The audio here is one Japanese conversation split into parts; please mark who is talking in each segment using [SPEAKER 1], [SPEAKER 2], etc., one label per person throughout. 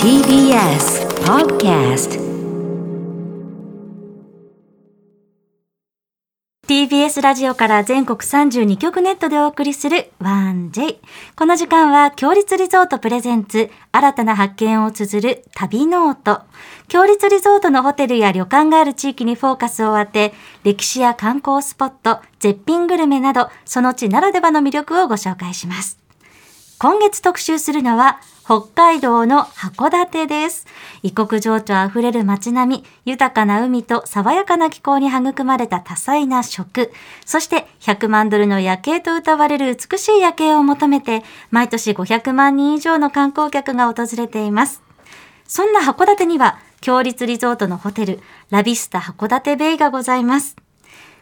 [SPEAKER 1] TBS Podcast TBS ラジオから全国32局ネットでお送りする 1J この時間は強立リゾートプレゼンツ新たな発見を綴る旅ノート強立リゾートのホテルや旅館がある地域にフォーカスを当て歴史や観光スポット絶品グルメなどその地ならではの魅力をご紹介します今月特集するのは北海道の函館です。異国情緒あふれる街並み、豊かな海と爽やかな気候に育まれた多彩な食、そして100万ドルの夜景と歌われる美しい夜景を求めて、毎年500万人以上の観光客が訪れています。そんな函館には、強立リゾートのホテル、ラビスタ函館ベイがございます。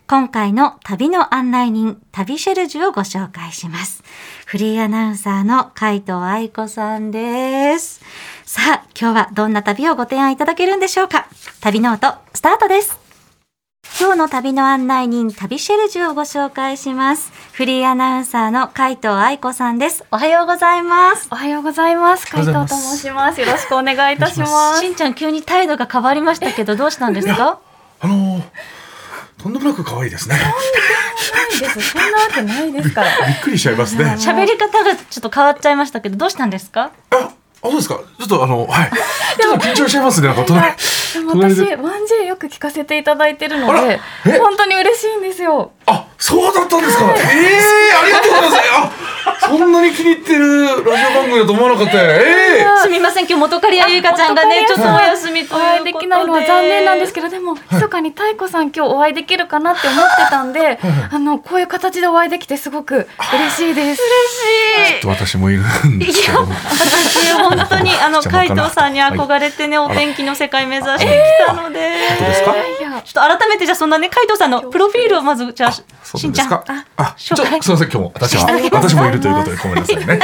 [SPEAKER 1] 今回の旅の案内人、旅シェルジュをご紹介します。フリーアナウンサーの海藤愛子さんです。さあ、今日はどんな旅をご提案いただけるんでしょうか。旅ノート、スタートです。今日の旅の案内人、旅シェルジュをご紹介します。フリーアナウンサーの海藤愛子さんです。おはようございます。
[SPEAKER 2] おはようございます。海藤と申します。よろしくお願いいたします。
[SPEAKER 1] しんちゃん、急に態度が変わりましたけど、どうしたんですか
[SPEAKER 3] あのーとんでもなく可愛いですね。
[SPEAKER 2] そんなわけないですから。
[SPEAKER 3] びっくりしちゃいますね。
[SPEAKER 1] 喋り方がちょっと変わっちゃいましたけど、どうしたんですか。
[SPEAKER 3] あ、あ、そうですか。ちょっとあの、はい。ちょっと緊張しちゃいますね。なんか隣。
[SPEAKER 2] でも私、ワンジェよく聞かせていただいてるので、本当に嬉しいんですよ。
[SPEAKER 3] あ、そうだったんですか。ええありがとうございます。あ、そんなに気に入ってるラジオ番組だと思わなかった。え
[SPEAKER 1] えすみません、今日元カリアゆいかちゃんがね、ちょっとお休みと
[SPEAKER 2] お会いできないのは残念なんですけど、でも、密かに太子さん今日お会いできるかなって思ってたんで、あの、こういう形でお会いできてすごく嬉しいです。
[SPEAKER 1] 嬉しい。
[SPEAKER 3] ちょっと私もいるんですけど。
[SPEAKER 1] 私本当に、あの、海藤さんに憧れてね、お天気の世界目指してきたので。
[SPEAKER 3] 本当ですか。
[SPEAKER 1] ちょっと改めて、じゃ、そんなね、海藤さんのプロフィールをまず、じゃ。しんちゃん。
[SPEAKER 3] あ、ちょ、すみません、今日も、私は、私もいるということで、ごめんなさいね。はい、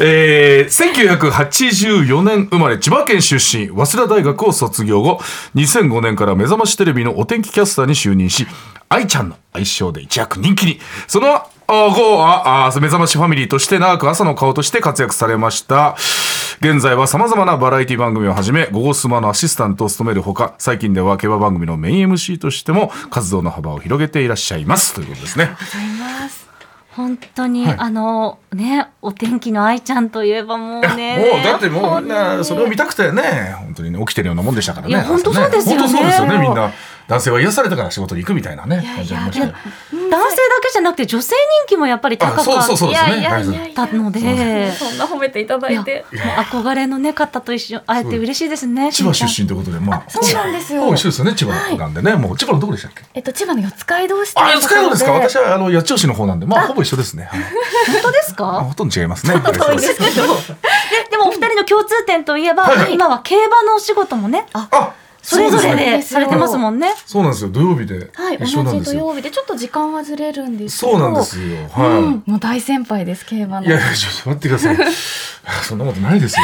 [SPEAKER 3] ええ千九百八十四年生まれ、千葉県出身、早稲田大学を卒業後。二千五年から目覚ましテレビのお天気キャスターに就任し。愛ちゃんの愛称で一躍人気に。そのあ後はあ目覚ましファミリーとして長く朝の顔として活躍されました。現在は様々なバラエティ番組をはじめ、ゴゴスマのアシスタントを務めるほか、最近では競馬番組のメイン MC としても活動の幅を広げていらっしゃいます。ということですね。
[SPEAKER 1] 本当に、はい、あのねお天気の愛ちゃんといえばもうね
[SPEAKER 3] もうだってもうみんなそれを見たくてね本当に、ね、起きてるようなもんでしたからね
[SPEAKER 1] 本当そうですよね、
[SPEAKER 3] ね、本当そうですよねみんな男性は癒されたから仕事に行くみたいなね
[SPEAKER 1] 男性だけじゃなくて女性人気もやっぱり高かったので
[SPEAKER 2] そんな褒めていただいて
[SPEAKER 1] 憧れのね方と一緒会えて嬉しいですね
[SPEAKER 3] 千葉出身ということでま
[SPEAKER 2] あそうなんですよ
[SPEAKER 3] 一緒ですよね千葉なんでね、もう千葉のどこでしたっけ
[SPEAKER 2] えっと千葉の四街道市
[SPEAKER 3] あ四街道ですか私はあの八千代市の方なんでまあほぼ一緒ですね。
[SPEAKER 1] 本当ですか？
[SPEAKER 3] ほとんど違いますね。
[SPEAKER 1] 遠いですけど。でもお二人の共通点といえば、今は競馬のお仕事もね。あ。それぞれでされてますもんね。
[SPEAKER 3] そうなんですよ。土曜日で一緒なんです
[SPEAKER 2] よ。土曜日でちょっと時間はずれるんです。
[SPEAKER 3] そうなんですよ。はい
[SPEAKER 2] もう大先輩です競馬の。
[SPEAKER 3] いやいやちょっと待ってください。 そんなことないですよ。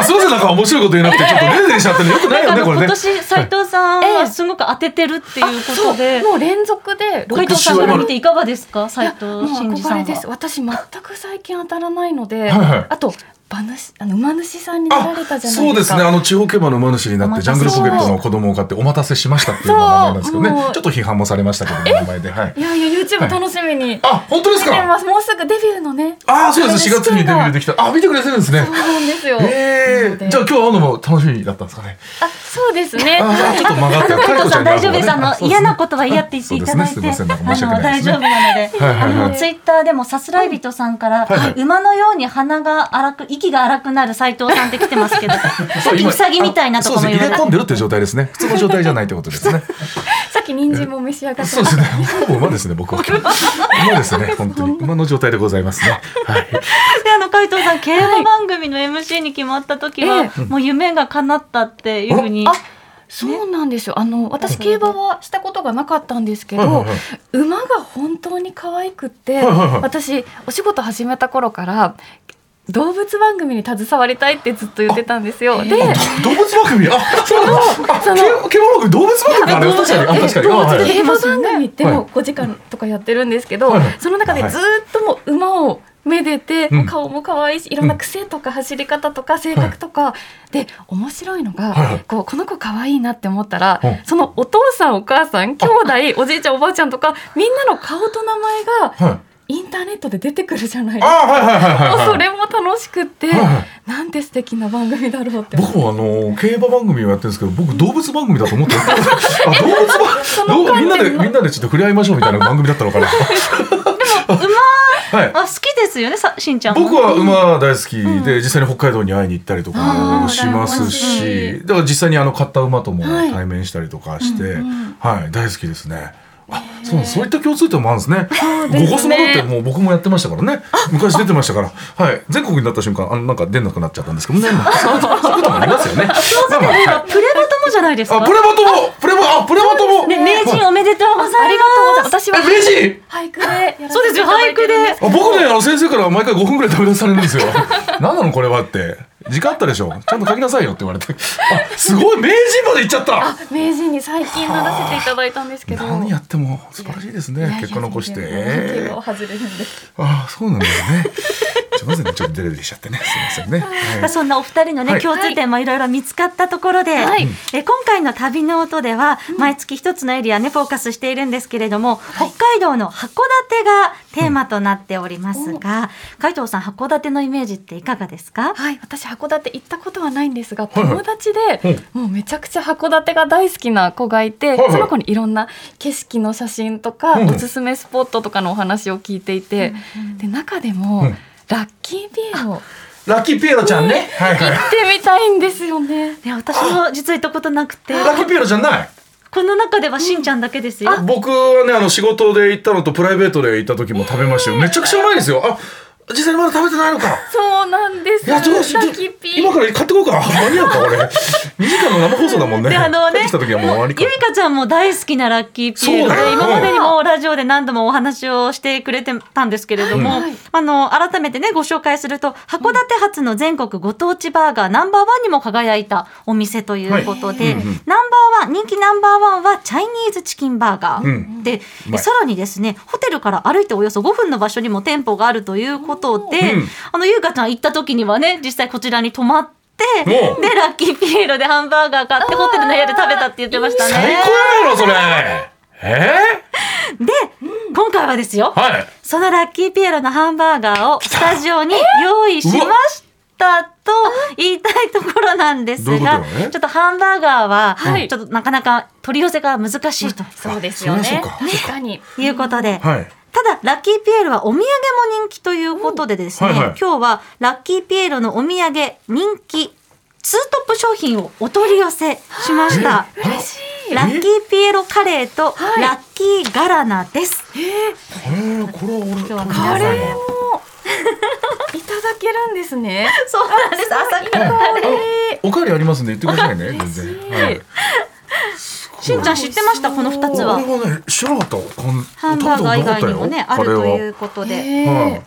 [SPEAKER 3] あ、すみませんなんか面白いこと言えなくてちょっとレーデンしちゃってよくないよねこれね。
[SPEAKER 1] 今年斉藤さんはすごく当ててるっていうことで、
[SPEAKER 2] もう連続で
[SPEAKER 1] 斉藤さんから見ていかがですか斉藤真二さん
[SPEAKER 2] は。私全く最近当たらないので、あと馬主あの馬主さんになられたじゃないですか。そう。
[SPEAKER 3] ですね。あの地方競馬の馬主になってジャングルポケットの子供を買ってお待たせしましたっていう名前なんですけどね。ちょっと批判もされましたけど名前で。はい
[SPEAKER 2] いやいや YouTube 楽しみに。
[SPEAKER 3] あ本当ですか。
[SPEAKER 2] もうすぐデビューのね。
[SPEAKER 3] あそうです。4月にデビューできた。あ見てくれてるんですね。そう
[SPEAKER 2] なんですよ。
[SPEAKER 3] ええじゃあ今日会うのも楽しみだったんですかね。
[SPEAKER 2] あそうですね。
[SPEAKER 3] ちょっと曲がって。
[SPEAKER 1] カイトさん大丈夫です。あの嫌なことは嫌って言っていただい て、あの大丈夫なので、あのツイッターでもさすらい人さんから馬のように鼻が荒く息が荒くなる斉藤さんって来てますけど、さっきウサギみたいなとこも
[SPEAKER 3] 入れ込んでるって状態ですね。普通の状態じゃないってことですね。
[SPEAKER 2] さっき人参も召し上がって
[SPEAKER 3] そうですね。ほぼ馬ですね、僕は。馬ですね、本当に馬の状態でございますね。はい。
[SPEAKER 1] で、あの海藤さん競馬番組の MC に決まった時は、もう夢が叶ったっていうふうに。
[SPEAKER 2] そうなんですよ。あの私競馬はしたことがなかったんですけど、馬が本当に可愛くって、私お仕事始めた頃から動物番組に携わりたいってずっと言ってたんですよ。で、動
[SPEAKER 3] 物番組、あ、そうなその、競馬番組、動物番組あれ確かに、確かに。
[SPEAKER 2] 動物競馬番組ってもう5時間とかやってるんですけど、その中でずっともう馬をめでて、
[SPEAKER 3] うん
[SPEAKER 2] 顔も可愛いしいろんな癖とか走り方とか性格とか、で面白いのが、
[SPEAKER 3] はいはい
[SPEAKER 2] こうこの子可愛いなって思ったら、
[SPEAKER 3] うん
[SPEAKER 2] そのお父さんお母さん兄弟おじいちゃんおばあちゃんとかみんなの顔と名前が
[SPEAKER 3] はい。
[SPEAKER 2] インターネットで出てくるじゃないです
[SPEAKER 3] あ
[SPEAKER 2] か。
[SPEAKER 3] あ、はいはいはいはいはい。
[SPEAKER 2] もうそれも楽しくって、
[SPEAKER 3] はいはい
[SPEAKER 2] なんて素敵な番組だろうって思う
[SPEAKER 3] 僕もあの競馬番組をやってるんですけど僕動物番組だと思って たあ動物
[SPEAKER 2] そ
[SPEAKER 3] 番
[SPEAKER 2] の
[SPEAKER 3] 動物みんなで
[SPEAKER 2] 観点の
[SPEAKER 3] みんなでちょっと触れ合いましょうみたいな番組だったの かなは
[SPEAKER 1] あ
[SPEAKER 3] い
[SPEAKER 1] 好きですよねさしんちゃん
[SPEAKER 3] 僕は馬大好きで、実際に北海道に会いに行ったりとかも
[SPEAKER 2] あー
[SPEAKER 3] します
[SPEAKER 2] 羨ま
[SPEAKER 3] し
[SPEAKER 2] し
[SPEAKER 3] だから実際にあの買った馬とも
[SPEAKER 2] はい
[SPEAKER 3] 対面したりとかして、
[SPEAKER 2] うんうん
[SPEAKER 3] はい、大好きですね。あそうなんですそういった共通点もあるんですね。
[SPEAKER 2] ですね
[SPEAKER 3] ゴゴスマだってもう僕もやってましたからね。昔出てましたから。はい。全国になった瞬間、あのなんか出なくなっちゃったんですけど ね。まあそうそういうこともありますよね。まあまあはい
[SPEAKER 1] プレバトもじゃないですか
[SPEAKER 3] あ、プレバトも、プレバ、あ、プレバトも。
[SPEAKER 1] ね名人おめでとうございます
[SPEAKER 2] ありがとうございます私は
[SPEAKER 3] あ名人
[SPEAKER 2] 俳句でやらせていただいてるん
[SPEAKER 1] そうですよ俳句で
[SPEAKER 3] あ僕ね、あの先生から毎回5分ぐらい食べ出されるんですよ。 何なのこれはって。時間あったでしょ。ちゃんと書きなさいよって言われて。あ、すごい名人まで行っちゃった。
[SPEAKER 2] 名人に最近ならせていただいたんですけど
[SPEAKER 3] 何やっても素晴らしいです
[SPEAKER 2] いやい
[SPEAKER 3] ね
[SPEAKER 2] や。
[SPEAKER 3] 結果残して。
[SPEAKER 2] いやいや
[SPEAKER 3] え
[SPEAKER 2] 競
[SPEAKER 3] ー
[SPEAKER 2] 馬を外れるんです
[SPEAKER 3] ああそうなんですね。すみませんねちょっとデレデレしちゃってね。すみませんね。
[SPEAKER 1] まあそんなお二人のね、
[SPEAKER 3] はい
[SPEAKER 1] 共通点もいろいろ見つかったところで、
[SPEAKER 2] はい
[SPEAKER 1] え今回の旅の音では毎月一つのエリアねフォーカスしているんですけれども、北海道の函館がテーマとなっておりますが、海藤さん函館のイメージっていかがですか？
[SPEAKER 2] はい私函館行ったことはないんですが
[SPEAKER 3] いはい
[SPEAKER 2] 友達でもうめちゃくちゃ函館が大好きな子がいて
[SPEAKER 3] いはい
[SPEAKER 2] その子にいろんな景色の写真とか
[SPEAKER 3] うん
[SPEAKER 2] おすすめスポットとかのお話を聞いていてで中で
[SPEAKER 3] う
[SPEAKER 2] も
[SPEAKER 3] ん
[SPEAKER 2] ラッキービエロ
[SPEAKER 3] ラッキーピエロちゃんね。はいはい。
[SPEAKER 2] 行ってみたいんですよね
[SPEAKER 1] いや私も実は行ったことなく て、
[SPEAKER 3] ラッキーピエロじゃない。
[SPEAKER 1] この中ではしんちゃんだけですよ。
[SPEAKER 3] 僕はねあの仕事で行ったのとプライベートで行った時も食べましたよ。めちゃくちゃうまいですよ。あ実際にまだ食べてないのか。
[SPEAKER 2] そうなんです
[SPEAKER 3] い
[SPEAKER 2] ラ
[SPEAKER 3] やどうしどう
[SPEAKER 2] ッキーピ
[SPEAKER 3] 今から買ってこうか。間に合うかこれ。2時間の生放送だもんね。
[SPEAKER 1] であの
[SPEAKER 3] 帰
[SPEAKER 1] ね
[SPEAKER 3] ってきた時はもう終わりか
[SPEAKER 1] ゆ。みかちゃんも大好きなラッキーピエロ
[SPEAKER 3] そうだ
[SPEAKER 1] で
[SPEAKER 3] よ
[SPEAKER 1] 今までにもラジオで何度もお話をしてくれてたんですけれども、
[SPEAKER 2] はいはい
[SPEAKER 1] あの改めてねご紹介すると函館発の全国ご当地バーガーナンバーワンにも輝いたお店ということで、
[SPEAKER 3] はいうんうん
[SPEAKER 1] ナンバーワン人気ナンバーワンはチャイニーズチキンバーガー、
[SPEAKER 3] うん
[SPEAKER 1] で
[SPEAKER 3] うまい
[SPEAKER 1] さらにですねホテルから歩いておよそ5分の場所にも店舗があるということで、
[SPEAKER 3] うん
[SPEAKER 1] あのゆうかちゃん行った時にはね実際こちらに泊まって。で
[SPEAKER 3] おう
[SPEAKER 1] ラッキーピエロでハンバーガー買ってホテルの部屋で食べたって言ってました
[SPEAKER 3] 最
[SPEAKER 1] ね
[SPEAKER 3] 高やろそれ。え
[SPEAKER 1] で今回はですよ
[SPEAKER 3] ー、はい。
[SPEAKER 1] そのラッキーピエロのハンバーガーをスタジオに用意しましたと言いたいところなんです
[SPEAKER 3] どういうこと
[SPEAKER 1] が
[SPEAKER 3] だね
[SPEAKER 1] ちょっとハンバーガーは
[SPEAKER 2] はい
[SPEAKER 1] ちょっとなかなか取り寄せが難しいと
[SPEAKER 2] そうですよ
[SPEAKER 3] あそり
[SPEAKER 2] ね
[SPEAKER 3] ゃそうか
[SPEAKER 2] 確かに
[SPEAKER 1] いうことで
[SPEAKER 3] はい。
[SPEAKER 1] ただラッキーピエロはお土産も人気ということでですね、
[SPEAKER 3] うんはいはい
[SPEAKER 1] 今日はラッキーピエロのお土産人気ツートップ商品をお取り寄せしました。
[SPEAKER 3] 嬉
[SPEAKER 2] しい
[SPEAKER 1] ラッキーピエロカレーと
[SPEAKER 2] はい
[SPEAKER 1] ラッキーガラナです。
[SPEAKER 3] えー、これは俺。
[SPEAKER 1] 今日は
[SPEAKER 2] カレーもいただけるんですね。
[SPEAKER 1] そうなんです。朝から
[SPEAKER 2] カレー。
[SPEAKER 3] おかわりありますんで言ってくださいね。全
[SPEAKER 2] 嬉し
[SPEAKER 3] 然。
[SPEAKER 2] い
[SPEAKER 3] はい。
[SPEAKER 1] しんちゃん知ってましたこの二つは。
[SPEAKER 3] 俺はね知らなかったこん
[SPEAKER 1] ハンバーガー以外にもねあ
[SPEAKER 3] 食べ
[SPEAKER 1] る
[SPEAKER 3] たこととなかった
[SPEAKER 1] いう
[SPEAKER 3] よ
[SPEAKER 1] こと
[SPEAKER 2] へ
[SPEAKER 1] で、
[SPEAKER 2] ー
[SPEAKER 3] はい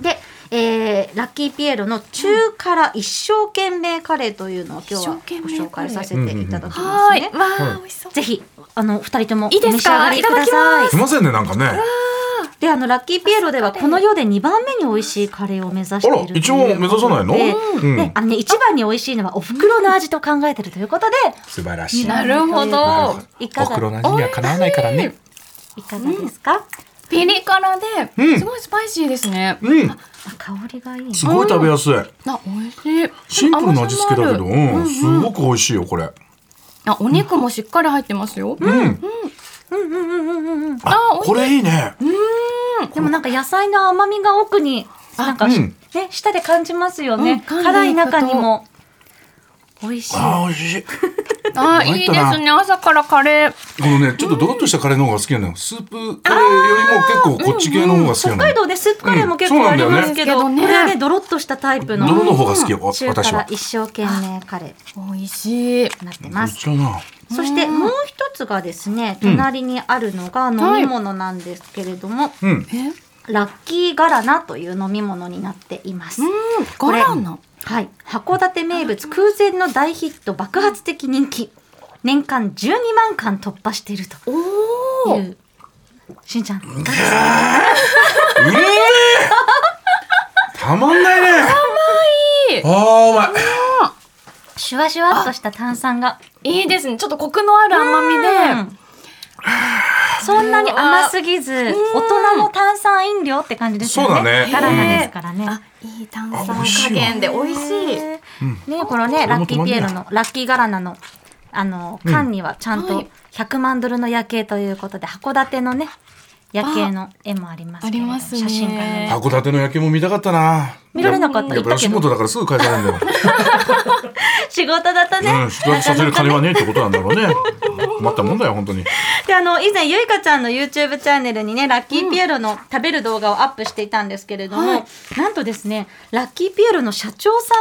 [SPEAKER 1] で、えーラッキーピエロの中辛一生懸命カレーというのを今日はご紹介させていただきま
[SPEAKER 2] は
[SPEAKER 1] す
[SPEAKER 2] い。
[SPEAKER 1] ね。
[SPEAKER 2] わあ、美味しそう。
[SPEAKER 1] ぜひあの二人とも
[SPEAKER 2] いい
[SPEAKER 1] お
[SPEAKER 2] ですか
[SPEAKER 1] 召し上がりください。
[SPEAKER 3] すいませんねなんかね
[SPEAKER 1] であのラッキーピエロではこの世で2番目に美味しいカレーを目指している
[SPEAKER 3] あら一応目指さないの
[SPEAKER 1] ということで
[SPEAKER 3] うん
[SPEAKER 1] ねあのね一番に美味しいのはお袋の味と考えてるということで
[SPEAKER 3] 素晴らしい
[SPEAKER 1] な
[SPEAKER 2] なるほど。
[SPEAKER 1] いかが
[SPEAKER 3] の味にはかなわないからね
[SPEAKER 1] いかがですか？
[SPEAKER 2] ピリ辛
[SPEAKER 3] うん
[SPEAKER 2] で、すごいスパイシーですね。
[SPEAKER 3] うん
[SPEAKER 1] あ香りがいい。
[SPEAKER 3] すごい食べやすい
[SPEAKER 2] な、美味しい。
[SPEAKER 3] シンプルな味付けだけど
[SPEAKER 2] 甘さ
[SPEAKER 3] う
[SPEAKER 2] もある
[SPEAKER 3] んすごく美味しいよこれ
[SPEAKER 2] あ、お肉もしっかり入ってますよ。
[SPEAKER 3] うん
[SPEAKER 1] うんうんうんうんうんうん。
[SPEAKER 2] あ
[SPEAKER 3] あこれいいね
[SPEAKER 1] でもなんか野菜の甘みが奥になんか、
[SPEAKER 3] うん
[SPEAKER 1] ね舌で感じますよね。
[SPEAKER 2] うん
[SPEAKER 1] 辛い中にも美味しい。
[SPEAKER 3] あー美味しい
[SPEAKER 2] あ、
[SPEAKER 3] 入
[SPEAKER 2] い
[SPEAKER 3] っ
[SPEAKER 2] い
[SPEAKER 3] た
[SPEAKER 2] で
[SPEAKER 3] な
[SPEAKER 2] すね。朝からカレー。
[SPEAKER 3] このねちょっとドロッとしたカレーの方が好きなのよスープカレーよりも結構こっち系の方が好きな
[SPEAKER 1] 北
[SPEAKER 3] の
[SPEAKER 1] 海道でスープカレーも結構ありますけど、
[SPEAKER 2] うんそうなんだよね
[SPEAKER 1] これはねドロッとしたタイプの
[SPEAKER 3] 泥の方が好きよ
[SPEAKER 1] 中
[SPEAKER 3] 私
[SPEAKER 1] 辛
[SPEAKER 3] は
[SPEAKER 1] 一生懸命カレー
[SPEAKER 2] 美味しい。
[SPEAKER 1] となって
[SPEAKER 3] め
[SPEAKER 1] ま
[SPEAKER 3] っ
[SPEAKER 1] す。
[SPEAKER 3] ちゃな
[SPEAKER 1] そしてもう一つがですね、隣にあるのが飲み物なんですけれども、
[SPEAKER 3] うん
[SPEAKER 2] え、うん、
[SPEAKER 1] ラッキーガラナという飲み物になっています。
[SPEAKER 2] ガランの。
[SPEAKER 1] はい、函館名物空前の大ヒット爆発的人気年間12万缶突破していると
[SPEAKER 2] お
[SPEAKER 1] い
[SPEAKER 2] お。
[SPEAKER 1] うしんちゃんいかがですか
[SPEAKER 3] うめえたまんないね。
[SPEAKER 2] いい
[SPEAKER 3] ああ、うまい。
[SPEAKER 1] シュワシュワっとした炭酸が。
[SPEAKER 2] いいですねちょっとコクのある甘みで
[SPEAKER 1] そんなに甘すぎず、大人も炭酸飲料って感じですよね。
[SPEAKER 3] そうだね
[SPEAKER 1] ガラナですからね。
[SPEAKER 2] あいい炭
[SPEAKER 3] あ美
[SPEAKER 2] 酸
[SPEAKER 3] 味しい
[SPEAKER 2] 加
[SPEAKER 3] わ
[SPEAKER 2] 減で美味しい
[SPEAKER 1] ね、このね、
[SPEAKER 3] れ
[SPEAKER 1] ラ
[SPEAKER 3] も
[SPEAKER 1] ッキ
[SPEAKER 3] 止ま
[SPEAKER 1] ー
[SPEAKER 3] ん
[SPEAKER 1] ピ
[SPEAKER 3] ねえ
[SPEAKER 1] エ
[SPEAKER 3] な
[SPEAKER 1] ロの、ラッキーガラナの、あの、缶にはちゃん
[SPEAKER 2] は
[SPEAKER 1] と
[SPEAKER 2] い
[SPEAKER 1] 100万ドルの夜景ということで、函館のね、夜景の絵もありますけれども
[SPEAKER 2] あありますね
[SPEAKER 1] 写真がね。
[SPEAKER 3] 函館の夜景も見たかったな。
[SPEAKER 1] 見られなかった
[SPEAKER 3] やっぱ
[SPEAKER 1] 行ったけ
[SPEAKER 3] 吉
[SPEAKER 1] ど
[SPEAKER 3] 本だからすぐ会社なんだよ。
[SPEAKER 1] 仕事だとね、
[SPEAKER 3] うん、宿泊させる金はねえってことなんだろうね。困ったもんだよ、本当に。
[SPEAKER 1] であの以前ゆいかちゃんの YouTube チャンネルにねラッキーピエロの食べる動画をアップしていたんですけれども、
[SPEAKER 2] はい
[SPEAKER 1] なんとですねラッキーピエロの社長さ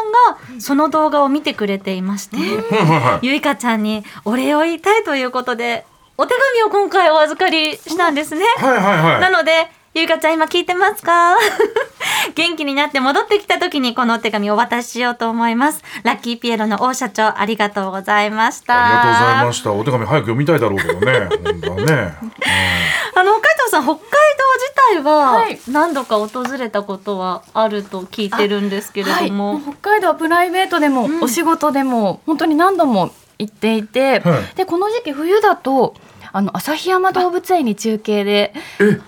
[SPEAKER 1] んがその動画を見てくれていまして、
[SPEAKER 3] はいはいはい。
[SPEAKER 1] ゆいかちゃんにお礼を言いたいということでお手紙を今回お預かりしたんですね。
[SPEAKER 3] はいはいは。
[SPEAKER 1] ないのでゆいかちゃん今聞いてますか 元気になって戻ってきた時にこのお手紙をお渡ししようと思います。ラッキーピエロの王社長ありがとうございました。
[SPEAKER 3] ありがとうございました。お手紙早く読みたいだろうけどね。本当はね。
[SPEAKER 1] あの北海道さん北海道自体
[SPEAKER 2] は
[SPEAKER 1] はい何度か訪れたことはあると聞いてるんですけれ
[SPEAKER 2] はい、
[SPEAKER 1] ども、
[SPEAKER 2] もう北海道はプライベートでも、
[SPEAKER 1] ん
[SPEAKER 2] お仕事でも本当に何度も行っていて、
[SPEAKER 3] はい
[SPEAKER 2] でこの時期冬だとあの旭山動物園に中継で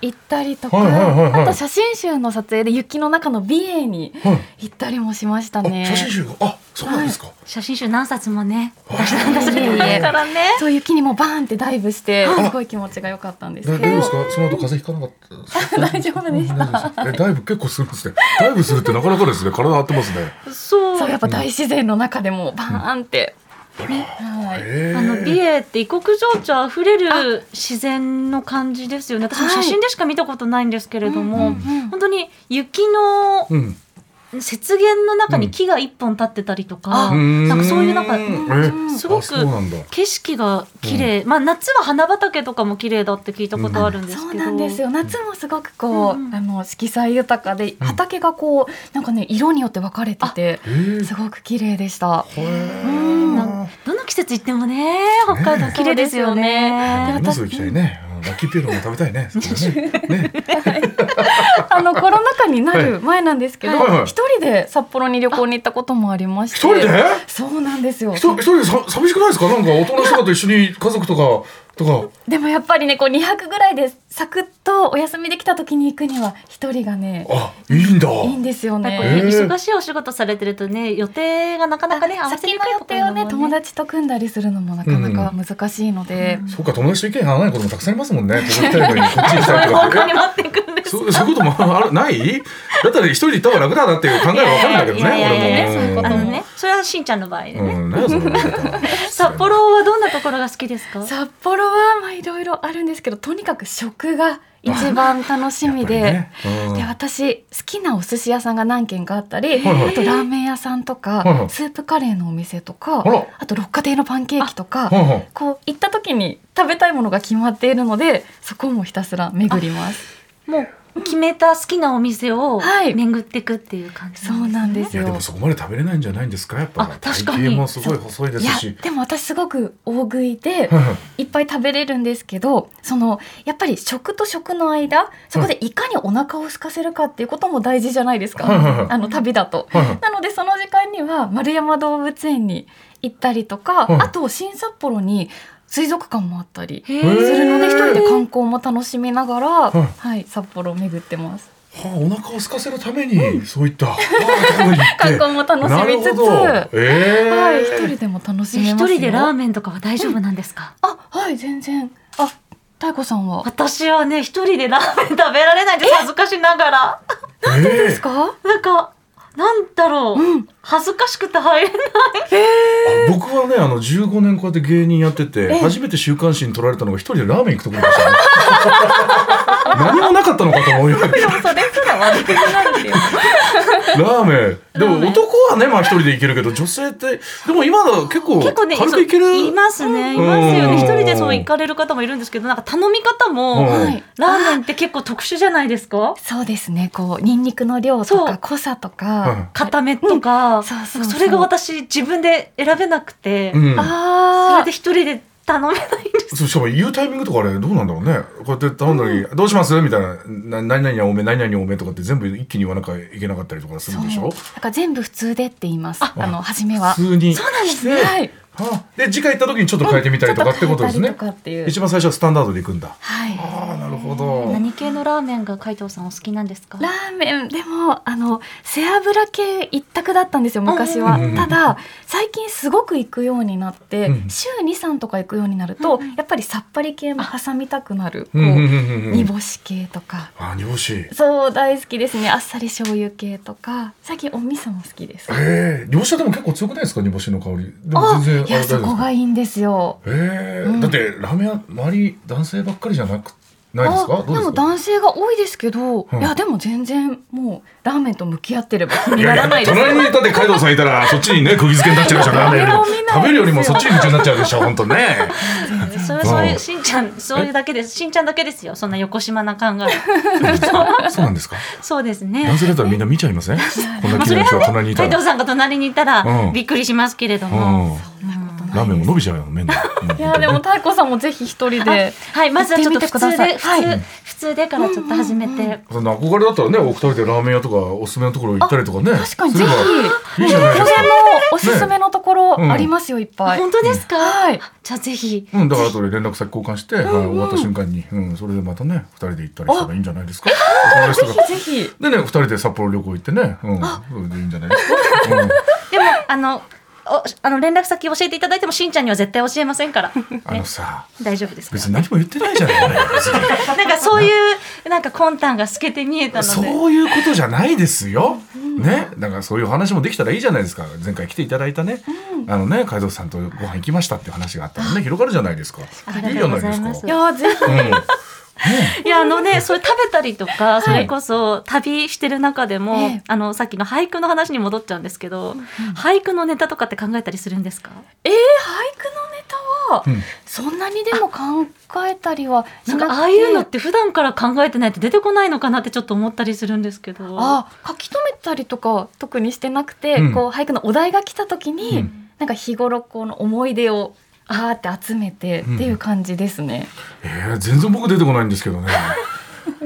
[SPEAKER 2] 行ったりとか、
[SPEAKER 3] はいはいはいはい
[SPEAKER 2] あと写真集の撮影で雪の中の美瑛に
[SPEAKER 3] はい
[SPEAKER 2] 行ったりもしましたね。
[SPEAKER 3] あ、写真集が、あ、そうなんですか。
[SPEAKER 1] 写真集何冊もね
[SPEAKER 3] あ
[SPEAKER 2] いえいえ
[SPEAKER 1] らね
[SPEAKER 2] そう雪にもバーンってダイブしてすごい気持ちが良かったんです
[SPEAKER 3] 大
[SPEAKER 2] けど
[SPEAKER 3] 丈夫ですか。その後風邪ひかなかったです
[SPEAKER 2] 大
[SPEAKER 3] か。
[SPEAKER 2] 丈夫でした
[SPEAKER 3] 大丈夫ですか。え、ダイブ結構するんですね。ダイブするってなかなかですね。体張ってますね。
[SPEAKER 1] そう
[SPEAKER 2] そうやっぱ大自然の中でもバーンって、はい
[SPEAKER 3] え
[SPEAKER 1] あの美瑛って異国情緒あふれる自然の感じですよね私も写真でしか見たことないんですけれども、本当に雪の
[SPEAKER 3] うん。
[SPEAKER 1] 雪原の中に木が一本立ってたりとか、
[SPEAKER 3] うん
[SPEAKER 1] なんかそういうなんか、
[SPEAKER 3] うん
[SPEAKER 1] すご
[SPEAKER 3] あ
[SPEAKER 1] く
[SPEAKER 3] そうなんだ。
[SPEAKER 1] 景色が綺麗、まあ夏は花畑とかも綺麗だって聞いたことあるんですけど、
[SPEAKER 2] そうなんですよ夏もすごくこう、
[SPEAKER 1] うんうん
[SPEAKER 2] あの色彩豊かで畑がこう、なんかね色によって分かれてて
[SPEAKER 3] えー
[SPEAKER 2] すごく綺麗でした。
[SPEAKER 3] へ
[SPEAKER 1] うんな
[SPEAKER 3] ー
[SPEAKER 1] ん。どの季節行ってもね北海道綺麗ですよ
[SPEAKER 2] そう
[SPEAKER 1] ね
[SPEAKER 2] で
[SPEAKER 3] 今すぐ行きたいね。うんラッキーピエロも食べたいね。そこねね。
[SPEAKER 2] あのコロナ禍になる前なんですけど、
[SPEAKER 3] はいはいはい
[SPEAKER 2] 一人で札幌に旅行に行ったこともありまして、
[SPEAKER 3] 一人で？
[SPEAKER 2] そうなんですよ
[SPEAKER 3] 一。人一人でさ寂しくないですか？なんか大人の人と一緒に家族とかと
[SPEAKER 2] でもやっぱりねこう2泊ぐらいでサクッとお休みできた時に行くには一人がね
[SPEAKER 3] か。あ、いいんだ。
[SPEAKER 2] いいんですよ
[SPEAKER 1] なんか
[SPEAKER 2] ね
[SPEAKER 1] ね。
[SPEAKER 3] えー
[SPEAKER 1] 忙しいお仕事されてるとね予定がなかなかね合わせ
[SPEAKER 2] 先
[SPEAKER 1] に
[SPEAKER 2] の
[SPEAKER 1] くい
[SPEAKER 2] 予
[SPEAKER 1] とこ
[SPEAKER 2] 定を
[SPEAKER 1] ろ
[SPEAKER 2] ね
[SPEAKER 1] も
[SPEAKER 2] 友達と組んだりするのもなかなか難しいので、
[SPEAKER 3] そうか友達と意見が合わないこともたくさんありますも んね。ここ行きたいのにこっち行き
[SPEAKER 1] そう
[SPEAKER 3] た
[SPEAKER 1] いう
[SPEAKER 3] いと
[SPEAKER 1] 方向
[SPEAKER 3] か
[SPEAKER 1] に。持っていくんです
[SPEAKER 3] そうそういうこともあるない？だったら一人で行った方が楽だなっていう考えはわかんないけどね。
[SPEAKER 1] いやいやいやいや
[SPEAKER 2] そ
[SPEAKER 3] 俺も
[SPEAKER 2] ういうこ
[SPEAKER 1] あ
[SPEAKER 2] と
[SPEAKER 1] の
[SPEAKER 2] も
[SPEAKER 1] ねそれはしんちゃんの場合でね、
[SPEAKER 3] うん、何やその言 い方
[SPEAKER 1] 札幌はどんなところが好きですか
[SPEAKER 2] 札幌はまあいろいろあるんですけどとにかく食が一番楽しみで。
[SPEAKER 3] やっぱりねうん
[SPEAKER 2] で私好きなお寿司屋さんが何軒かあったり、
[SPEAKER 3] はいはい
[SPEAKER 2] あとラーメン屋さんとか、
[SPEAKER 3] はいはい
[SPEAKER 2] スープカレーのお店とか、
[SPEAKER 3] あら
[SPEAKER 2] あと六花亭のパンケーキとか、
[SPEAKER 3] はいはい
[SPEAKER 2] こう行った時に食べたいものが決まっているのでそこもひたすら巡ります。
[SPEAKER 1] もう決めた好きなお店を
[SPEAKER 2] はい
[SPEAKER 1] 巡っていくっていう感じ
[SPEAKER 2] そうなんです
[SPEAKER 3] いや
[SPEAKER 2] よ
[SPEAKER 3] でもそこまで食べれないんじゃないんですかやっ
[SPEAKER 1] あ
[SPEAKER 3] ぱ
[SPEAKER 1] 確
[SPEAKER 3] 体
[SPEAKER 1] かに
[SPEAKER 3] 型もすごい細いです
[SPEAKER 2] いや
[SPEAKER 3] し。
[SPEAKER 2] でも私すごく大食いで
[SPEAKER 3] はいはい
[SPEAKER 2] いっぱい食べれるんですけどそのやっぱり食と食の間そこでいかにお腹を空かせるかっていうことも大事じゃないですか、
[SPEAKER 3] はいはいはい
[SPEAKER 2] あの旅だと。
[SPEAKER 3] はいはい
[SPEAKER 2] なのでその時間には丸山動物園に行ったりとか、
[SPEAKER 3] はい
[SPEAKER 2] あと新札幌に水族館もあったりす
[SPEAKER 1] へ
[SPEAKER 2] る
[SPEAKER 1] ー
[SPEAKER 2] ので一人で観光も楽しみながら、
[SPEAKER 3] はい
[SPEAKER 2] はい、札幌を巡ってます。
[SPEAKER 3] はあ、お腹を空かせるために、そういった、はあと こに行って
[SPEAKER 2] 観光も楽しみつつ、
[SPEAKER 3] なるほどええ
[SPEAKER 2] はい、一人でも楽し
[SPEAKER 1] え
[SPEAKER 2] め
[SPEAKER 1] 一
[SPEAKER 2] ますよ。
[SPEAKER 1] 人でラーメンとかは大丈夫なんですか、
[SPEAKER 2] あ、はい、全然。あ、太子さんは。
[SPEAKER 1] 私はね一人でラーメン食べられないです恥ずかしながら
[SPEAKER 3] なんで
[SPEAKER 2] ですか？
[SPEAKER 1] なんか、なんだろう、
[SPEAKER 2] うん
[SPEAKER 1] 恥ずかしくて入れない。
[SPEAKER 3] 僕はね、あの15年こうやって芸人やってて、初めて週刊誌に取られたのが一人でラーメン行くところでした、ね。何もなかったのかと思うよ。ラ
[SPEAKER 2] でもそれすら悪くないんだよ。
[SPEAKER 3] ーメン。で
[SPEAKER 1] ラーメ
[SPEAKER 3] も
[SPEAKER 1] ン
[SPEAKER 3] 男はね、まあ一人で行けるけど、女性って、でも今の結構、
[SPEAKER 1] 結構ね、
[SPEAKER 3] 軽く行ける。
[SPEAKER 1] いますね。いますよ
[SPEAKER 3] う
[SPEAKER 1] ね。
[SPEAKER 3] ん
[SPEAKER 1] 一人でそう行かれる方もいるんですけど、なんか頼み方も、
[SPEAKER 3] うん
[SPEAKER 2] はい。
[SPEAKER 1] ラーメンって結構特殊じゃないですか
[SPEAKER 2] そうですね。こうニンニクの量と
[SPEAKER 1] そう
[SPEAKER 2] か濃さとか。
[SPEAKER 1] 固めとか、
[SPEAKER 2] そうそうそう
[SPEAKER 1] れが私自分で選べなくて、
[SPEAKER 3] うん。
[SPEAKER 2] あ
[SPEAKER 1] そ
[SPEAKER 2] あ
[SPEAKER 1] れで。一人で頼めないん です
[SPEAKER 3] そうしかも言うタイミングとかあれどうなんだろうねこうやって頼んだり、どうしますみたいなな何々多め何々多めとかって全部一気に言わなきゃいけなかったりとかするんでし
[SPEAKER 2] そう
[SPEAKER 3] ょ
[SPEAKER 2] だから全部普通でって言いますあの初めは
[SPEAKER 3] 普通に
[SPEAKER 2] そうなんです
[SPEAKER 3] して
[SPEAKER 2] はい
[SPEAKER 3] はあで次回行った時にちょっと変えてみたりとかってことです
[SPEAKER 2] ちょ
[SPEAKER 3] ね
[SPEAKER 2] っと変えたりとかっていう
[SPEAKER 3] 一番最初はスタンダードで行くんだ
[SPEAKER 2] はい
[SPEAKER 3] ああなるほど
[SPEAKER 1] 何系のラーメンが海藤さんお好きなんですか
[SPEAKER 2] ラーメンでもあの背脂系一択だったんですよ昔は、
[SPEAKER 3] うんうんうん
[SPEAKER 2] ただ最近すごく行くようになって、
[SPEAKER 3] うん
[SPEAKER 2] 週23とか行くようになると、やっぱりさっぱり系も挟みたくなる、
[SPEAKER 3] うんうんう
[SPEAKER 2] こ
[SPEAKER 3] ん
[SPEAKER 2] う
[SPEAKER 3] うんう
[SPEAKER 2] 煮
[SPEAKER 3] ん
[SPEAKER 2] 干し系とか
[SPEAKER 3] あ煮干しへ
[SPEAKER 2] そう大好きですねあっさり醤油系とか最近お味噌も好きです
[SPEAKER 3] え煮干しはでも結構強くないですか煮干しの香りでも
[SPEAKER 2] あ
[SPEAKER 3] 全然
[SPEAKER 2] いやそこが
[SPEAKER 3] い
[SPEAKER 2] いいんですよ
[SPEAKER 3] ええ
[SPEAKER 2] うん
[SPEAKER 3] だってラーメン屋周り男性ばっかりじゃなくないですか
[SPEAKER 2] あ
[SPEAKER 3] どうです
[SPEAKER 2] も
[SPEAKER 3] か
[SPEAKER 2] 男性が多いですけど、
[SPEAKER 3] うん
[SPEAKER 2] いやでも全然もうラーメンと向き合ってれば気
[SPEAKER 3] い
[SPEAKER 2] に
[SPEAKER 3] や
[SPEAKER 2] ないらな
[SPEAKER 3] や
[SPEAKER 2] いです
[SPEAKER 3] 隣にだって海藤さんい たらそっちにね釘付けになっちゃうでしょラーメンよりも
[SPEAKER 2] ラーメンを見ないですよ
[SPEAKER 3] 食べるよりもそっちに夢中になっちゃうでしょ本当ね
[SPEAKER 1] それそういうしんちゃんそういうだけですしんちゃんだけですよそんな横島な考え
[SPEAKER 3] そうな んですか
[SPEAKER 1] そうです
[SPEAKER 3] 男
[SPEAKER 1] ね
[SPEAKER 3] 性だったらみんな見ちゃいませんこんな
[SPEAKER 1] まあ
[SPEAKER 3] 綺
[SPEAKER 1] そ
[SPEAKER 3] 麗
[SPEAKER 1] れ
[SPEAKER 3] な人が
[SPEAKER 1] は
[SPEAKER 3] 隣に
[SPEAKER 1] ね
[SPEAKER 3] いた
[SPEAKER 1] 海
[SPEAKER 3] ら
[SPEAKER 1] 藤さんが隣にいた
[SPEAKER 3] うん
[SPEAKER 1] らびっくりしますけれども、
[SPEAKER 3] うん
[SPEAKER 1] うん
[SPEAKER 3] ラーメンも伸びちゃうよ麺がうん
[SPEAKER 2] いやでも太鼓さんもぜひ一人で
[SPEAKER 1] はいまずはちょっと
[SPEAKER 2] 行ってみ
[SPEAKER 1] 普
[SPEAKER 2] てくだ
[SPEAKER 1] 通
[SPEAKER 2] さ
[SPEAKER 1] で
[SPEAKER 2] い
[SPEAKER 1] 普通、
[SPEAKER 2] はい
[SPEAKER 1] 普通でからちょっと始めて、
[SPEAKER 3] そんな憧れだったらねお二人でラーメン屋とかおすすめのところ行ったりとかね
[SPEAKER 2] 確かに
[SPEAKER 3] す
[SPEAKER 2] ぜ
[SPEAKER 3] れ
[SPEAKER 2] ひ
[SPEAKER 3] ばいいじゃないで
[SPEAKER 2] こ
[SPEAKER 3] す
[SPEAKER 2] れ
[SPEAKER 3] か
[SPEAKER 2] もおすすめのところありますよいっぱい、
[SPEAKER 1] 本当ですか、
[SPEAKER 2] はい
[SPEAKER 1] じゃあぜひ
[SPEAKER 3] うん、だから後で連絡先交換して、はい、終わった瞬間に、うん、それでまたね、二人で行ったりしたらいいんじゃないですか。お友達とか
[SPEAKER 2] ぜひ
[SPEAKER 3] でね、二人で札幌旅行行ってね、うん、それでいいんじゃないですか。うん
[SPEAKER 1] でもあのおあの連絡先教えていただいてもしんちゃんには絶対教えませんから、
[SPEAKER 3] あのさ、
[SPEAKER 1] 大丈夫ですか
[SPEAKER 3] 別に何も言ってないじゃない、 俺別に
[SPEAKER 1] なんかそういうなんか魂胆が透けて見えたので
[SPEAKER 3] そういうことじゃないですよ。ね、だからそういう話もできたらいいじゃないですか。前回来ていただいたね、あのね、海蔵さんとご飯行きましたって話があったらね、広がるじゃないですか。
[SPEAKER 1] ありが
[SPEAKER 3] いいじ
[SPEAKER 1] と
[SPEAKER 3] ゃ
[SPEAKER 1] う
[SPEAKER 3] な
[SPEAKER 1] ご
[SPEAKER 3] いで
[SPEAKER 1] ざい
[SPEAKER 3] す
[SPEAKER 1] ま。す
[SPEAKER 3] か
[SPEAKER 2] いやぜひ
[SPEAKER 3] う
[SPEAKER 1] いやあのねそれ食べたりとかそれこそ旅してる中でも、
[SPEAKER 2] ええ
[SPEAKER 1] あのさっきの俳句の話に戻っちゃうんですけど、俳句のネタとかって考えたりするんですか
[SPEAKER 2] えー、俳句のネタは、
[SPEAKER 3] んうん
[SPEAKER 2] そんなにでも考えたりはし
[SPEAKER 1] なん
[SPEAKER 2] なくて
[SPEAKER 1] かああいうのって普段から考えてないと出てこないのかなってちょっと思ったりするんですけど
[SPEAKER 2] あ書き留めたりとか特にしてなくて、
[SPEAKER 3] うん
[SPEAKER 2] こう俳句のお題が来た時に、
[SPEAKER 3] うん
[SPEAKER 2] なんか日頃この思い出をあーって集めてっていう感じですね、
[SPEAKER 3] えー、全然僕出てこないんですけ どね。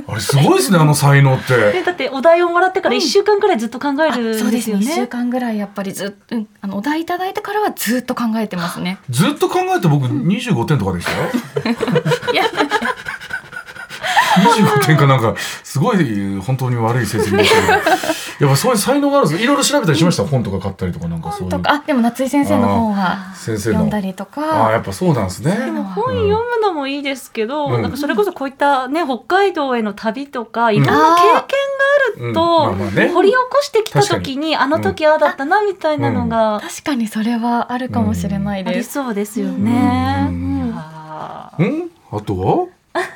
[SPEAKER 3] あれすごいですね、あの才能って。
[SPEAKER 1] ねだってお題をもらってから1週間くらいずっと考え
[SPEAKER 2] あ
[SPEAKER 1] る
[SPEAKER 2] そ
[SPEAKER 1] ん
[SPEAKER 2] うで
[SPEAKER 1] ですすよ
[SPEAKER 2] ね1週
[SPEAKER 1] ね。
[SPEAKER 2] 間ぐらいやっぱりずっと、うんあのお題いただいてからはずっと考えてますね
[SPEAKER 3] ずっと考えて僕25点とかでしたよ。
[SPEAKER 2] いや
[SPEAKER 3] 25点かなんか、すごい本当に悪い成績でしたけど。やっぱそういう才能があるんですいろいろ調べたりしました。本とか買ったりとかなんかそう
[SPEAKER 2] 本
[SPEAKER 3] いう
[SPEAKER 2] と。かあでも夏井先生の本は
[SPEAKER 3] 先生
[SPEAKER 2] 読ん
[SPEAKER 3] の
[SPEAKER 2] だ。りと
[SPEAKER 3] ああ、や
[SPEAKER 2] か
[SPEAKER 3] っぱそうなんです
[SPEAKER 1] で
[SPEAKER 3] ね。
[SPEAKER 1] も本読むのもいいですけど、
[SPEAKER 3] うん
[SPEAKER 1] なんかそれこそこういったね北海道への旅とかいろんな経
[SPEAKER 3] うん
[SPEAKER 1] 験があ
[SPEAKER 3] うんまあまあ
[SPEAKER 1] る
[SPEAKER 3] ね
[SPEAKER 1] と掘り起こしてきた時にあの時ああだったなみたいなのが
[SPEAKER 2] 確かにそれはあるかもしれない
[SPEAKER 1] あり
[SPEAKER 2] です、
[SPEAKER 1] そうですよね。
[SPEAKER 3] う
[SPEAKER 1] うんんあ
[SPEAKER 3] うんあとは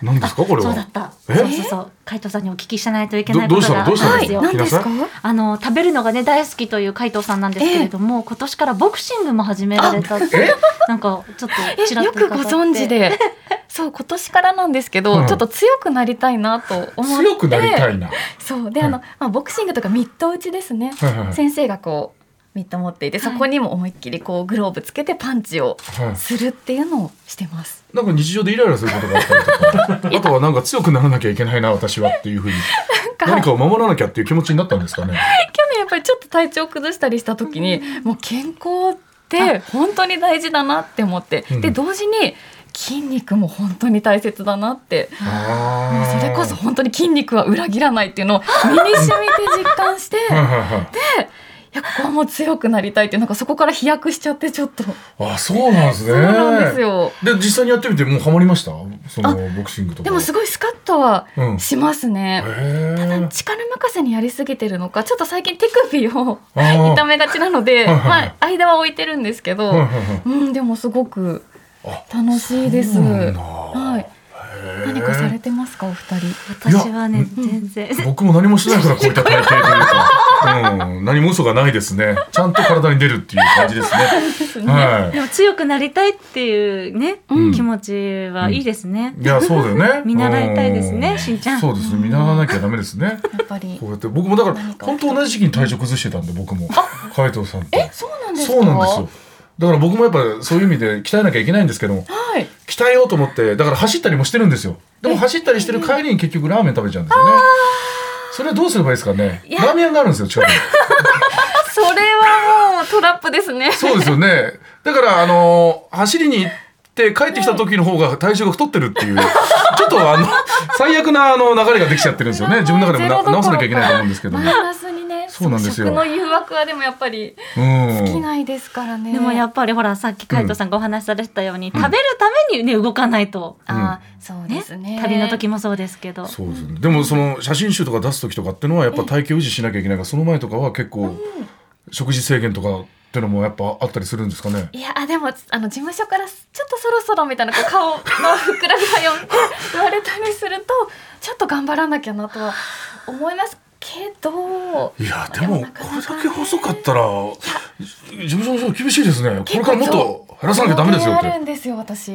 [SPEAKER 3] 何ですかこ
[SPEAKER 1] ー
[SPEAKER 3] れ
[SPEAKER 1] そう
[SPEAKER 3] は
[SPEAKER 1] だった。
[SPEAKER 3] え
[SPEAKER 1] そうそうそう。海藤さんにお聞きしないといけない
[SPEAKER 3] ど
[SPEAKER 1] こ
[SPEAKER 3] どうし
[SPEAKER 1] と
[SPEAKER 3] たの
[SPEAKER 1] があるん
[SPEAKER 3] どう
[SPEAKER 2] は
[SPEAKER 1] で
[SPEAKER 2] い
[SPEAKER 1] すよ。
[SPEAKER 2] 何ですか
[SPEAKER 3] 来
[SPEAKER 1] あの食べるのがね大好きという海藤さんなんですけれども、今年からボクシングも始められたってなんかちょっと
[SPEAKER 2] え
[SPEAKER 1] ちらっ
[SPEAKER 2] よ
[SPEAKER 1] と
[SPEAKER 2] くご
[SPEAKER 1] 伺って
[SPEAKER 2] 存 知でそう今年からなんですけど、
[SPEAKER 3] うん
[SPEAKER 2] ちょっと強くなりたいなと思って
[SPEAKER 3] 強くなりたいな。
[SPEAKER 2] そうであの、
[SPEAKER 3] は
[SPEAKER 2] まあ、ボクシングとかミット打ちですね、
[SPEAKER 3] はいはいはい
[SPEAKER 2] 先生がこうミット持っていてそこにも思いっきりこうグローブつけてパンチを
[SPEAKER 3] はい
[SPEAKER 2] するっていうのをしてます。
[SPEAKER 3] なんか日常でイライラすることがあったり とか、あとはなんか強くならなきゃいけないな、私はっていうふうに、何かを守らなきゃっていう気持ちになったんで すかね。
[SPEAKER 2] 去年やっぱりちょっと体調崩したりした時に、もう健康って本当に大事だなって思って、
[SPEAKER 3] うん
[SPEAKER 2] で同時に筋肉も本当に大切だなってもう
[SPEAKER 3] あー
[SPEAKER 2] それこそ本当に筋肉は裏切らないっていうのを身に染みて実感してい
[SPEAKER 3] はいはいはい。
[SPEAKER 2] やここはもう強くなりたいってなんかそこから飛躍しちゃってちょっとそ
[SPEAKER 3] あ、そうなんですね。
[SPEAKER 2] うなんですよ。
[SPEAKER 3] で実際にやってみてもうハマりましたそのボクシングとか
[SPEAKER 2] でもすごいスカッとは
[SPEAKER 3] うん
[SPEAKER 2] しますね。
[SPEAKER 3] へ
[SPEAKER 2] ただ
[SPEAKER 3] ー
[SPEAKER 2] 力任せにやりすぎてるのかちょっと最近手首を
[SPEAKER 3] あー
[SPEAKER 2] 痛めがちなので、
[SPEAKER 3] はいはいは
[SPEAKER 2] ま
[SPEAKER 3] い
[SPEAKER 2] あ、間は置いてるんですけど、
[SPEAKER 3] はいはいはい
[SPEAKER 2] うん、でもすごく
[SPEAKER 3] あ
[SPEAKER 2] 楽しいです。
[SPEAKER 3] そうなんだ
[SPEAKER 2] はい、
[SPEAKER 3] へー
[SPEAKER 2] 何かされてますか、お二人。
[SPEAKER 1] 私はね
[SPEAKER 2] いや
[SPEAKER 1] 全然
[SPEAKER 3] 僕も何もしないからこういった体型というか、うん、何も嘘がないですねちゃんと体に出るっていう感じです ね は
[SPEAKER 1] でも強くなりたいっていうね、
[SPEAKER 3] うん
[SPEAKER 1] 気持ちはいいですね
[SPEAKER 3] い。いやそうだよ ね
[SPEAKER 1] 見習いたいですね
[SPEAKER 3] う
[SPEAKER 1] しんちゃん
[SPEAKER 3] そうですね見習わなきゃダメですね
[SPEAKER 2] やっぱり
[SPEAKER 3] こ。うやって僕もだから
[SPEAKER 2] 何か
[SPEAKER 3] 本当同じ時期に体調崩してたんで僕も海藤さんと
[SPEAKER 2] え、そうなんですか。
[SPEAKER 3] そうなんですよ。だから僕もやっぱそういう意味で鍛えなきゃいけないんですけども
[SPEAKER 2] はい。
[SPEAKER 3] 鍛えようと思ってだから走ったりもしてるんですよでも走ったりしてる帰りに結局ラーメン食べちゃうんですよねそれはどうすればいいですかね
[SPEAKER 2] いや
[SPEAKER 3] ラーメン屋があるんです よ近くに
[SPEAKER 2] それはもうトラップですね。
[SPEAKER 3] そうですよねだからあのー走りに行って帰ってきた時の方が体重が太ってるっていうちょっとあの最悪なあの流れができちゃってるんですよね自分の中でもな直さなきゃいけないと思うんですけども、
[SPEAKER 2] マイナスにね。
[SPEAKER 3] そうなんですよ
[SPEAKER 2] 食の誘惑はでもやっぱり
[SPEAKER 3] うん、
[SPEAKER 2] 尽きないですからね。
[SPEAKER 1] でもやっぱりほらさっき海斗さんがお話しされてたように、食べるためにね動かないと、
[SPEAKER 2] あー、そうですね。
[SPEAKER 1] 旅の時もそうですけど
[SPEAKER 3] そうですね。でもその写真集とか出す時とかってのはやっぱ体型を維持しなきゃいけないからその前とかは結構食事制限とかってのもやっぱあったりするんですかね。
[SPEAKER 2] いやあでもあの事務所からちょっとそろそろみたいなこう顔のふくらみがよって言われたりするとちょっと頑張らなきゃなとは思いますけど
[SPEAKER 3] いやで
[SPEAKER 2] でも
[SPEAKER 3] も
[SPEAKER 2] なか
[SPEAKER 3] こ
[SPEAKER 2] なか
[SPEAKER 3] れ
[SPEAKER 2] ね
[SPEAKER 3] だけ細かったら事務所の人厳しいですね。これからもっと減らさなきゃダメですよっ
[SPEAKER 2] 増減あ
[SPEAKER 3] て。
[SPEAKER 2] るんですよ私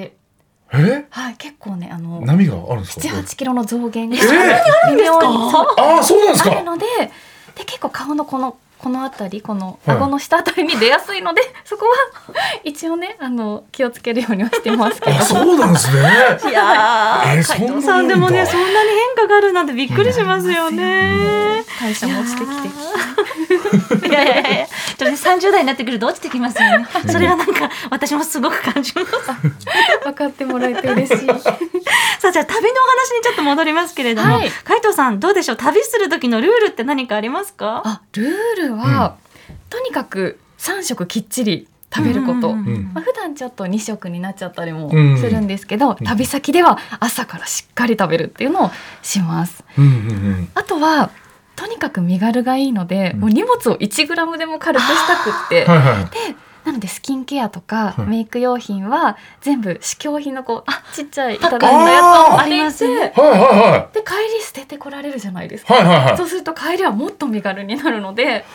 [SPEAKER 3] え？
[SPEAKER 2] はい結構ねあの
[SPEAKER 3] 波があるんですか。
[SPEAKER 2] 7 8キロの増減が
[SPEAKER 3] えー
[SPEAKER 2] 微妙にそう
[SPEAKER 3] ああそうなんです
[SPEAKER 2] ある
[SPEAKER 3] か。
[SPEAKER 2] のでで結構顔のこのこの辺りこの
[SPEAKER 3] はい
[SPEAKER 2] 顎の下あたりに出やすいので、 そこは一応ねあの気をつけるようにはしてますけど
[SPEAKER 3] あそうなんですね。
[SPEAKER 1] いや
[SPEAKER 3] えー
[SPEAKER 1] 海
[SPEAKER 3] そんな
[SPEAKER 1] 斗
[SPEAKER 3] に
[SPEAKER 1] さんでも
[SPEAKER 3] いい
[SPEAKER 1] ね
[SPEAKER 3] んだ
[SPEAKER 1] そんなに変化があるなんてびっくりしますよね、
[SPEAKER 2] 代謝も落ちてきて
[SPEAKER 1] いやいやいやいやちょっとね30代になってくると落ちてきますよねそれはなんか私もすごく感じます
[SPEAKER 2] 分かってもらえて嬉 しい。
[SPEAKER 1] さあじゃあ旅のお話にちょっと戻りますけれども、
[SPEAKER 2] はい
[SPEAKER 1] 海藤さんどうでしょう旅する時のルールって何かありますか
[SPEAKER 2] あルールは、とにかく3食きっちり食べること、
[SPEAKER 1] うんうんうん
[SPEAKER 2] まあ、普段ちょっと2食になっちゃったりも
[SPEAKER 3] うん
[SPEAKER 2] するんですけど、
[SPEAKER 3] ん
[SPEAKER 2] 旅先では朝からしっかり食べるっていうのをします。
[SPEAKER 3] うんうん
[SPEAKER 2] あとはとにかく身軽がいいので、
[SPEAKER 3] うん
[SPEAKER 2] もう荷物を1グラムでも軽くしたくって
[SPEAKER 3] うん。はいは
[SPEAKER 2] なのでスキンケアとか
[SPEAKER 3] はい
[SPEAKER 2] メイク用品は全部試供品のこうあちっちゃいいただい
[SPEAKER 3] あ
[SPEAKER 2] たやつを
[SPEAKER 1] あり
[SPEAKER 2] 持
[SPEAKER 1] ま
[SPEAKER 2] っ
[SPEAKER 1] す
[SPEAKER 2] ていって
[SPEAKER 3] いはいは
[SPEAKER 2] で帰り捨ててこられるじゃないですか、
[SPEAKER 3] いはいはいはい
[SPEAKER 2] そ
[SPEAKER 3] は
[SPEAKER 2] うすると帰りはもっと身軽になるので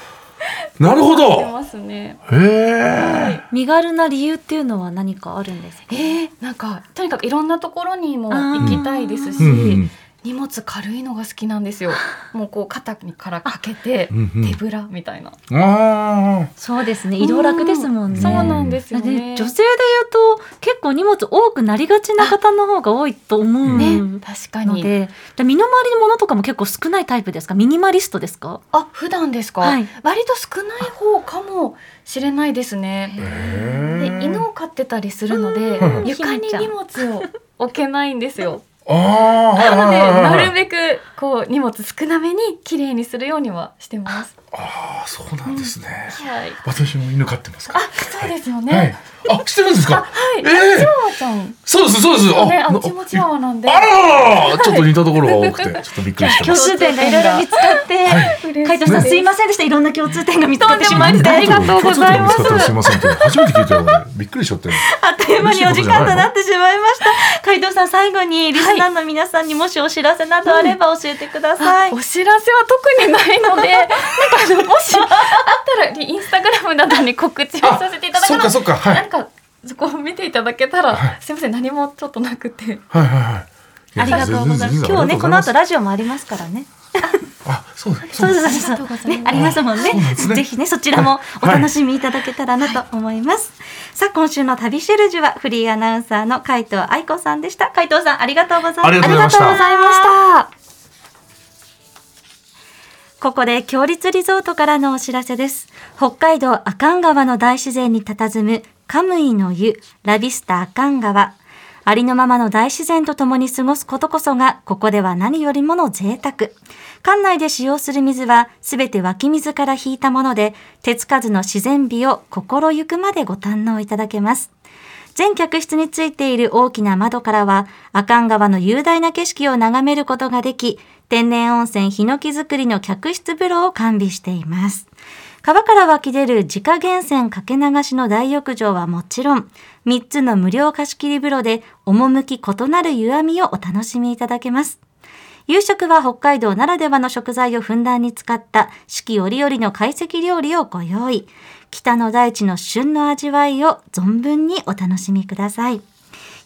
[SPEAKER 3] い。なるほ
[SPEAKER 2] やって
[SPEAKER 3] ど。
[SPEAKER 2] ますね。
[SPEAKER 3] へえ。
[SPEAKER 1] 身軽な理由っていうのは何かあるんですか
[SPEAKER 2] えー、なんかとにかくいろんなところにも行きたいですし、
[SPEAKER 3] うんうん
[SPEAKER 2] 荷物軽いのが好きなん ですよ。もうこう肩からかけて
[SPEAKER 3] うんうん
[SPEAKER 2] 手ぶらみたいな。
[SPEAKER 3] うん。ああ。
[SPEAKER 1] そうですね移動楽ですもんね
[SPEAKER 2] そうなんですよね。
[SPEAKER 1] ね女性で言うと結構荷物多くなりがちな方の方が多いと思う
[SPEAKER 2] ね、確か
[SPEAKER 1] の
[SPEAKER 2] に。
[SPEAKER 1] で、じゃあ身の回りのものとかも結構少ないタイプですかミニマリストですか
[SPEAKER 2] あ、普段ですか、
[SPEAKER 1] はい
[SPEAKER 2] 割と少ない方かもしれないですね。で
[SPEAKER 3] へー、
[SPEAKER 2] 犬を飼ってたりするので
[SPEAKER 3] うんはい、
[SPEAKER 2] 床に荷物を置けないんですよ。
[SPEAKER 3] あ あ、はい
[SPEAKER 2] なの
[SPEAKER 3] はい
[SPEAKER 2] で、
[SPEAKER 3] はいはい
[SPEAKER 2] なるべくこう荷物少なめに綺麗にするようにはしてます。
[SPEAKER 3] ああ、そうなんですね。
[SPEAKER 2] はい。
[SPEAKER 3] 私も犬飼ってますか
[SPEAKER 2] あ
[SPEAKER 3] ら。、
[SPEAKER 2] そうですよ
[SPEAKER 3] は
[SPEAKER 2] ね
[SPEAKER 3] い。。あ、してるんですか。
[SPEAKER 2] はい。
[SPEAKER 3] ええ
[SPEAKER 2] チワワちゃん。
[SPEAKER 3] そうです、そうです。
[SPEAKER 2] ね、あ
[SPEAKER 3] な
[SPEAKER 2] うちもチワワなんで
[SPEAKER 3] あ。ららちょっと似たところが多くて、ちょっとびっくりして
[SPEAKER 1] 共
[SPEAKER 3] ます。
[SPEAKER 1] 通点がいろいろ見つかって、
[SPEAKER 2] 嬉し
[SPEAKER 1] 海藤さんすい
[SPEAKER 2] ま
[SPEAKER 1] ませんでしたいろんな共通点が見つかってしまって
[SPEAKER 2] とんでもないですありがとうございます
[SPEAKER 3] 共通点見つかったらすいませんって。初めて聞いたよね。びっくりしちゃって。
[SPEAKER 1] あっという間にお時間となってしまいました。海藤さん、最後にリスナーの皆さんにもしお知らせなどあれば教えてください。
[SPEAKER 2] お知らせは特にないの で、なんかあのもしあったらインスタグラムなどに告知をさせていただ
[SPEAKER 3] そ
[SPEAKER 2] く
[SPEAKER 3] っ
[SPEAKER 2] の
[SPEAKER 3] か、そっか、はい
[SPEAKER 2] な。んかそこを見ていただけたら、
[SPEAKER 3] は
[SPEAKER 2] すいません何もちょっとなくて。
[SPEAKER 3] はい、はい、はい。
[SPEAKER 1] ありがとうございます。今日ね、この後ラジオもありますからね。
[SPEAKER 3] オ。あ、そうです。
[SPEAKER 1] そう
[SPEAKER 3] です。
[SPEAKER 1] そうそうそう
[SPEAKER 2] ありがとう
[SPEAKER 1] ね、ありますも
[SPEAKER 2] ございます
[SPEAKER 1] んね
[SPEAKER 3] そうなんですね
[SPEAKER 1] ぜひね、そちらもお楽しみいただけたらなと思います。さあ、今週の旅シェルジュはフリーアナウンサーの海藤愛子さんでした。海藤さん、ありがとうございました。
[SPEAKER 3] ありがとうございました
[SPEAKER 1] ありがとうございましたここで強立リゾートからのお知らせです。北海道阿寒川の大自然に佇むカムイの湯、ラビスタ阿寒川。ありのままの大自然と共に過ごすことこそが、ここでは何よりもの贅沢。館内で使用する水は、すべて湧き水から引いたもので、手つかずの自然美を心ゆくまでご堪能いただけます。全客室についている大きな窓からは、阿寒川の雄大な景色を眺めることができ、天然温泉ヒノキ作りの客室風呂を完備しています。川から湧き出る自家源泉かけ流しの大浴場はもちろん、3つの無料貸し切り風呂で、趣異なる湯あみをお楽しみいただけます。夕食は北海道ならではの食材をふんだんに使った四季折々の懐石料理をご用意。北の大地の旬の味わいを存分にお楽しみください。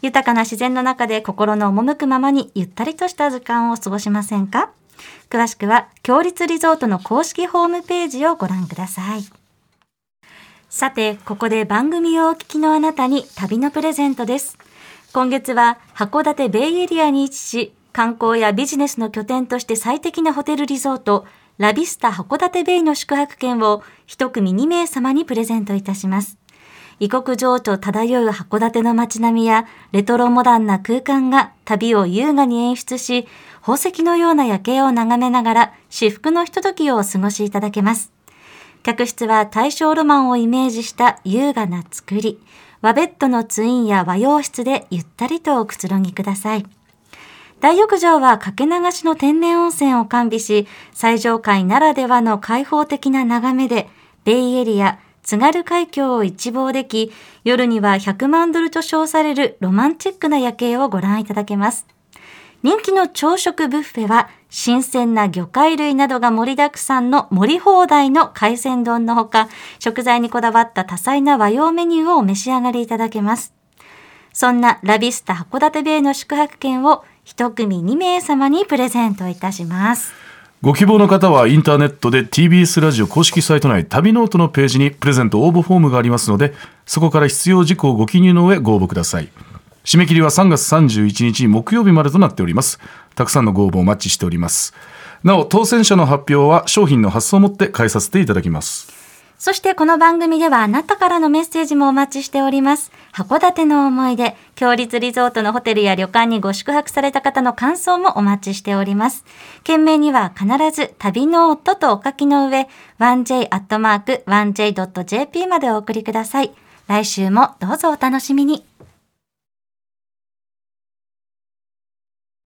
[SPEAKER 1] 豊かな自然の中で心の赴くままにゆったりとした時間を過ごしませんか詳しくは、強立リゾートの公式ホームページをご覧ください。さて、ここで番組をお聞きのあなたに旅のプレゼントです。今月は函館ベイエリアに位置し、観光やビジネスの拠点として最適なホテルリゾート、ラビスタ函館ベイの宿泊券を一組2名様にプレゼントいたします。異国情緒漂う函館の街並みやレトロモダンな空間が旅を優雅に演出し、宝石のような夜景を眺めながら至福のひとときをお過ごしいただけます。客室は大正ロマンをイメージした優雅な作り。和ベッドのツインや和洋室でゆったりとおくつろぎください。大浴場はかけ流しの天然温泉を完備し、最上階ならではの開放的な眺めで、ベイエリア、津軽海峡を一望でき、夜には100万ドルと称されるロマンチックな夜景をご覧いただけます。人気の朝食ブッフェは、新鮮な魚介類などが盛りだくさんの盛り放題の海鮮丼のほか、食材にこだわった多彩な和洋メニューをお召し上がりいただけます。そんなラビスタ函館ベイの宿泊券を一組2名様にプレゼントいたします。
[SPEAKER 3] ご希望の方はインターネットで TBS ラジオ公式サイト内旅ノートのページにプレゼント応募フォームがありますのでそこから必要事項をご記入の上ご応募ください締め切りは3月31日木曜日までとなっておりますたくさんのご応募お待ちしておりますなお当選者の発表は商品の発送をもって返させていただきます
[SPEAKER 1] そしてこの番組ではあなたからのメッセージもお待ちしております。函館の思い出、強立リゾートのホテルや旅館にご宿泊された方の感想もお待ちしております。件名には必ず旅ノートとお書きの上、1j.1j.jp までお送りください。来週もどうぞお楽しみに。